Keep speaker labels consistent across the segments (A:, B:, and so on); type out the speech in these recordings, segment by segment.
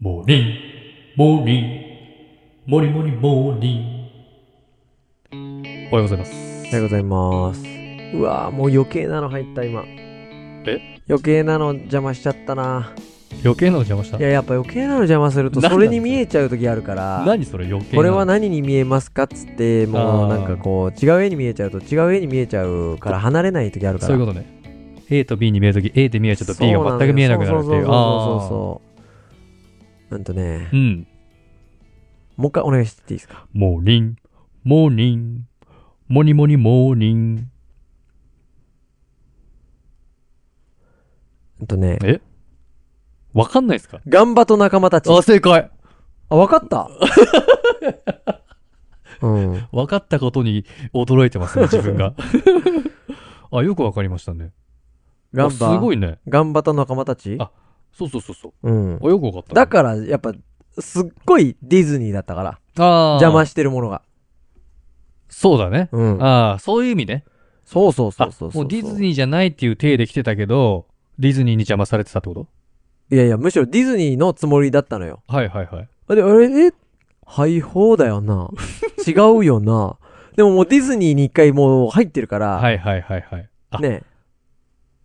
A: モーニング、モーニング、モリモリモーニング。おはようございます。
B: おはようございます。うわーもう余計なの入った今。
A: え
B: 余計なの邪魔しちゃったな。
A: 余計なの邪魔した
B: いや、やっぱ余計なの邪魔すると、
A: 何な
B: そ
A: ん
B: れに見えちゃう時あるから、
A: 何それ余計な
B: これは何に見えますかっつって、も
A: あー
B: うなんかこう、違う絵に見えちゃうと、違う絵に見えちゃうから離れない時あるから。
A: そういうことね。A と B に見えるとき、A で見えちゃうと B が全く見えなくなるっていう。
B: そうなのよそうそうそうそう
A: あ
B: そう。なんとね
A: ー、うん。
B: もう一回お願いしていいですか。
A: モーニング、モーニング、モニモニモーニング。
B: うんとね、
A: えわかんないですか
B: ガンバと仲間たち。
A: あ、正解
B: あ、わかった うん。
A: 分かったことに驚いて ますね、自分が。あ、よくわかりましたね。
B: ガ
A: あ
B: ン
A: す
B: バ、
A: ごいね。
B: ガンバと仲間たち
A: あそうそうそうそう。
B: うん。
A: あ、よくわかった。
B: だから、やっぱ、すっごいディズニーだったから。
A: あー
B: 邪魔してるものが。
A: そうだね。
B: うん。
A: ああ、そういう意味ね。
B: そうそうそ
A: あ
B: うそう
A: もうディズ
B: ニ
A: ニーじゃないっていう体で来てたけど、ディズニーに邪魔されてたってこと
B: ー。いやいや、むしろディズニーのつもりだったのよ。
A: はいはいはい。
B: で、あれ、え配報だよ な。違うよな。でももうディズニーに一回もう入ってるから、
A: はいはいはいはい。あ
B: ね。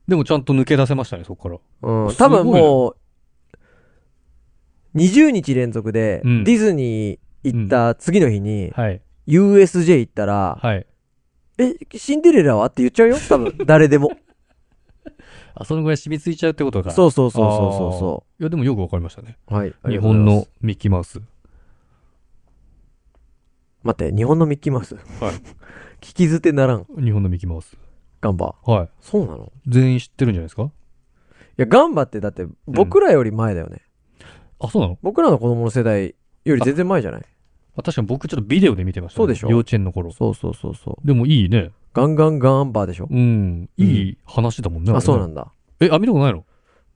A: でもちゃんと抜け出せましたね、そこから。
B: うん。
A: すご
B: 多
A: いな
B: 分もう、20日連続で、
A: うん
B: ディズニー行った次の日に、
A: はい。
B: USJ 行ったら、
A: はい。
B: え、シンデレラはって言っちゃうよ多分、誰 でも。
A: あ、そのぐらい染みついちゃうってことか。
B: そうそうそうそうそうそ
A: い
B: う。
A: や、でもよくわかりましたね。
B: はい。
A: 日本の。ミッキーマウス。
B: 待って、日本のミッキーマウス。
A: はい。
B: 聞き捨てならん、
A: 日本のミッキーマウス。
B: ガンバ。
A: はい。
B: そうなの
A: 全員知ってるんじゃないですか
B: いや、ガンバってだって、僕らより前だよね。
A: あ、そうなの
B: 僕らの子供の世代より全然前じゃない
A: あ確かに僕ちょっとビデオで見てました、ね。
B: そうでしょ
A: 幼稚園の頃。
B: そうそうそうそう。
A: でもいいね。
B: ガンガンガンバーでしょ
A: うん。いい話だもんね。れね
B: あ、そうなんだ。
A: え、あ、見たことないの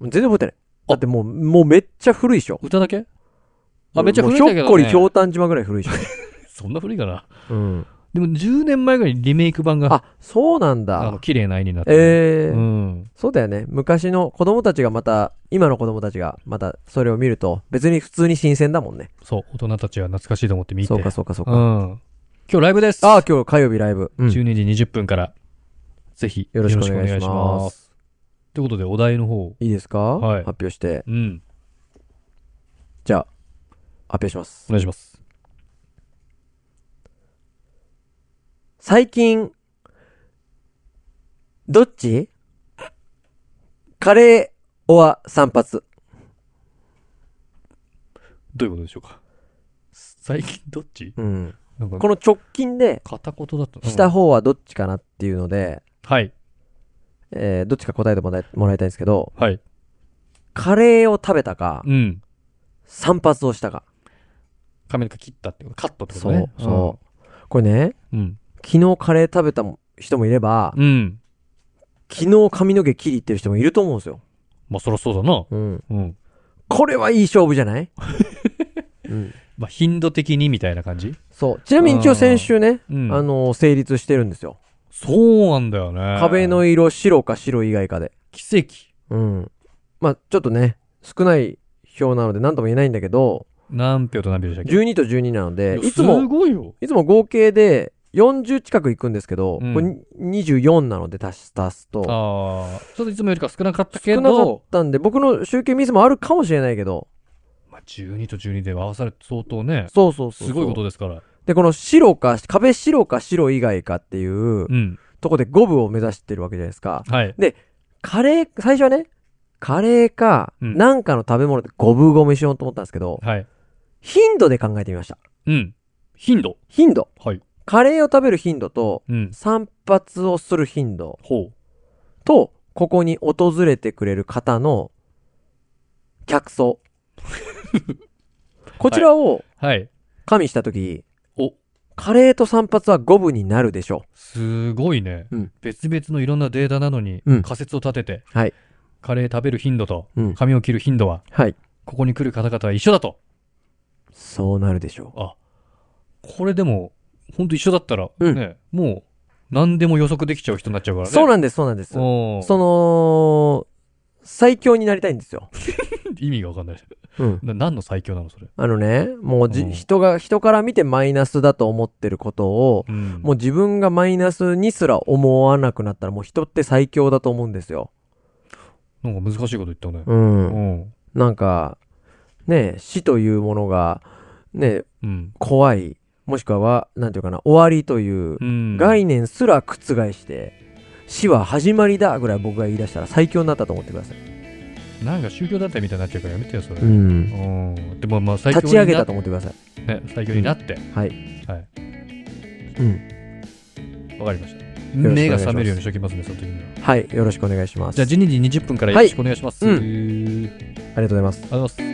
B: 全然覚えてない。だってもう、もうめっちゃ古いでしょ
A: 歌だけあ、めっちゃ古いんだけど、ね。
B: もうひょっこりひょうたん島ぐらい古いでし
A: そんな古いかな。
B: ょうん。
A: でも10年前ぐらいにリメイク版が、
B: あ、そうなん
A: あの、
B: だ。
A: 綺麗な絵になってる。
B: ええ
A: うん。
B: そうだよね。昔の子供たちがまた、今の子供たちがまたそれを見ると、別に普通に新鮮だもんね。
A: そう、大人たちは懐かしいと思って見て。
B: そうかそうかそう
A: う
B: か。
A: ん。今日ライブです。
B: ああ、今日火曜日ライブ。うん
A: 12時20分から、ぜひ、
B: よろしくお願い
A: よろ。
B: しますす。
A: ということで、お題の方、
B: いいですか、
A: はい
B: 発表して。
A: うん、
B: じゃあ、発表します
A: お。願いします。
B: 最近、どっちカレー、オア、散髪。
A: どういうことでしょうか。最近どっち
B: うん。
A: なんか、
B: この直近で、
A: 片言だった
B: した
A: うん
B: 方はどっちかなっていうので、
A: はい、
B: えー、どっちか答えてもらいもらいたいんですけど、
A: はい。
B: カレーを食べたか、
A: うん。
B: 散髪をしたか。
A: 髪の毛切ったってこと、カットってこ
B: そ
A: とね
B: う、。そう。これね、
A: う。うん。
B: 昨日カレー食べた人もいれば、
A: うん。
B: 昨日髪の毛切りってる人もいると思うんですよ。
A: まあ、そりゃそうだな。
B: うん。
A: うん。
B: これはいい勝負じゃないうん。
A: まあ、頻度的にみたいな感じ
B: そう。ちなみに一応先週ね、
A: うん。
B: あの、成立してるんですよ。
A: そうなんだよね。
B: 壁の色、白か白以外かで。
A: 奇跡。
B: うん。まあ、ちょっとね、少ない票なので何とも言えないんだけど、
A: 何票と何票でしたっけ
B: 12と12なので、
A: や
B: いつ
A: す
B: も、
A: ごいよ。
B: いつも合計で40近くいくんですけど、
A: うん
B: これに24なので足す足すと、
A: ああ。ちょっといつもよりか少なかったけ
B: 少なかっ
A: ど、
B: たんで、僕の集計ミスもあるかもしれないけど、
A: まあ、12と12で合わされて相当ね、
B: そうそうそうそう。
A: すごいことですから。
B: で、この白か、壁白か白以外かっていう、
A: うん。
B: とこで五分を目指してるわけじゃないですか。
A: はい。
B: カレー、最初はね、カレーか、
A: うん
B: なんかの食べ物で五分五分しようと思ったんですけど、
A: はい。
B: 頻度で考えてみました。
A: うん。頻度。
B: 頻度。
A: はい。
B: カレーを食べる頻度と、
A: うん。
B: 散髪をする頻度
A: ほ
B: と、ここに訪れてくれる方の 客層。こちらを
A: う。はい。
B: 加味したとき、
A: お、
B: カレーと散髪は五分になるでしょ
A: すごいね。
B: うん
A: 別々のいろんなデータなのに、
B: うん
A: 仮説を立てて、
B: はい
A: カレー食べる頻度と、
B: う。うん。
A: 髪を切る頻度は、
B: はい。
A: ここに来る方々は一緒だと。
B: そうなるでしょ
A: あ、これでも、ほんと一緒だったら、
B: うん
A: ね、もう、何でも予測できちゃう人になっちゃうから
B: う。
A: ね。
B: そうなんです、そうなんです。
A: おー
B: その、最強になりたいんですよ。
A: 意味がわかんない。
B: うん。
A: な何の最強なのそれ。
B: あのね、もうじ、
A: うん
B: 人が、人から見てマイナスだと思ってることを、
A: うん。
B: もう自分がマイナスにすら思わなくなったら、もう人って最強だと思うんですよ。
A: なんか難しいこと言ったね。
B: う。
A: うんん。
B: なんか、ね、死というものが、ね、
A: うん。
B: 怖い、もしくは、なんていうかな、終わりという
A: うん。
B: 概念すら覆して、死は始まりだぐらい僕が言い出したら最強になったと思ってください。
A: なんか宗教団体みたいになっちゃうからやめてよ、それ。
B: ん。
A: うん。でもまあ最強
B: 立
A: に
B: ち
A: な
B: 上げたと思ってください。
A: ね、最強になって。
B: はい。
A: はい。
B: うん。
A: わかりました。
B: 願いし
A: 目
B: ま
A: が
B: す
A: 覚めるようにしときますね、その時には。
B: はい。よろしくお願いします。
A: じゃあ、12時20分からよろしくお願いします。
B: はい
A: ありがとう
B: ありがとうございます。
A: ございます。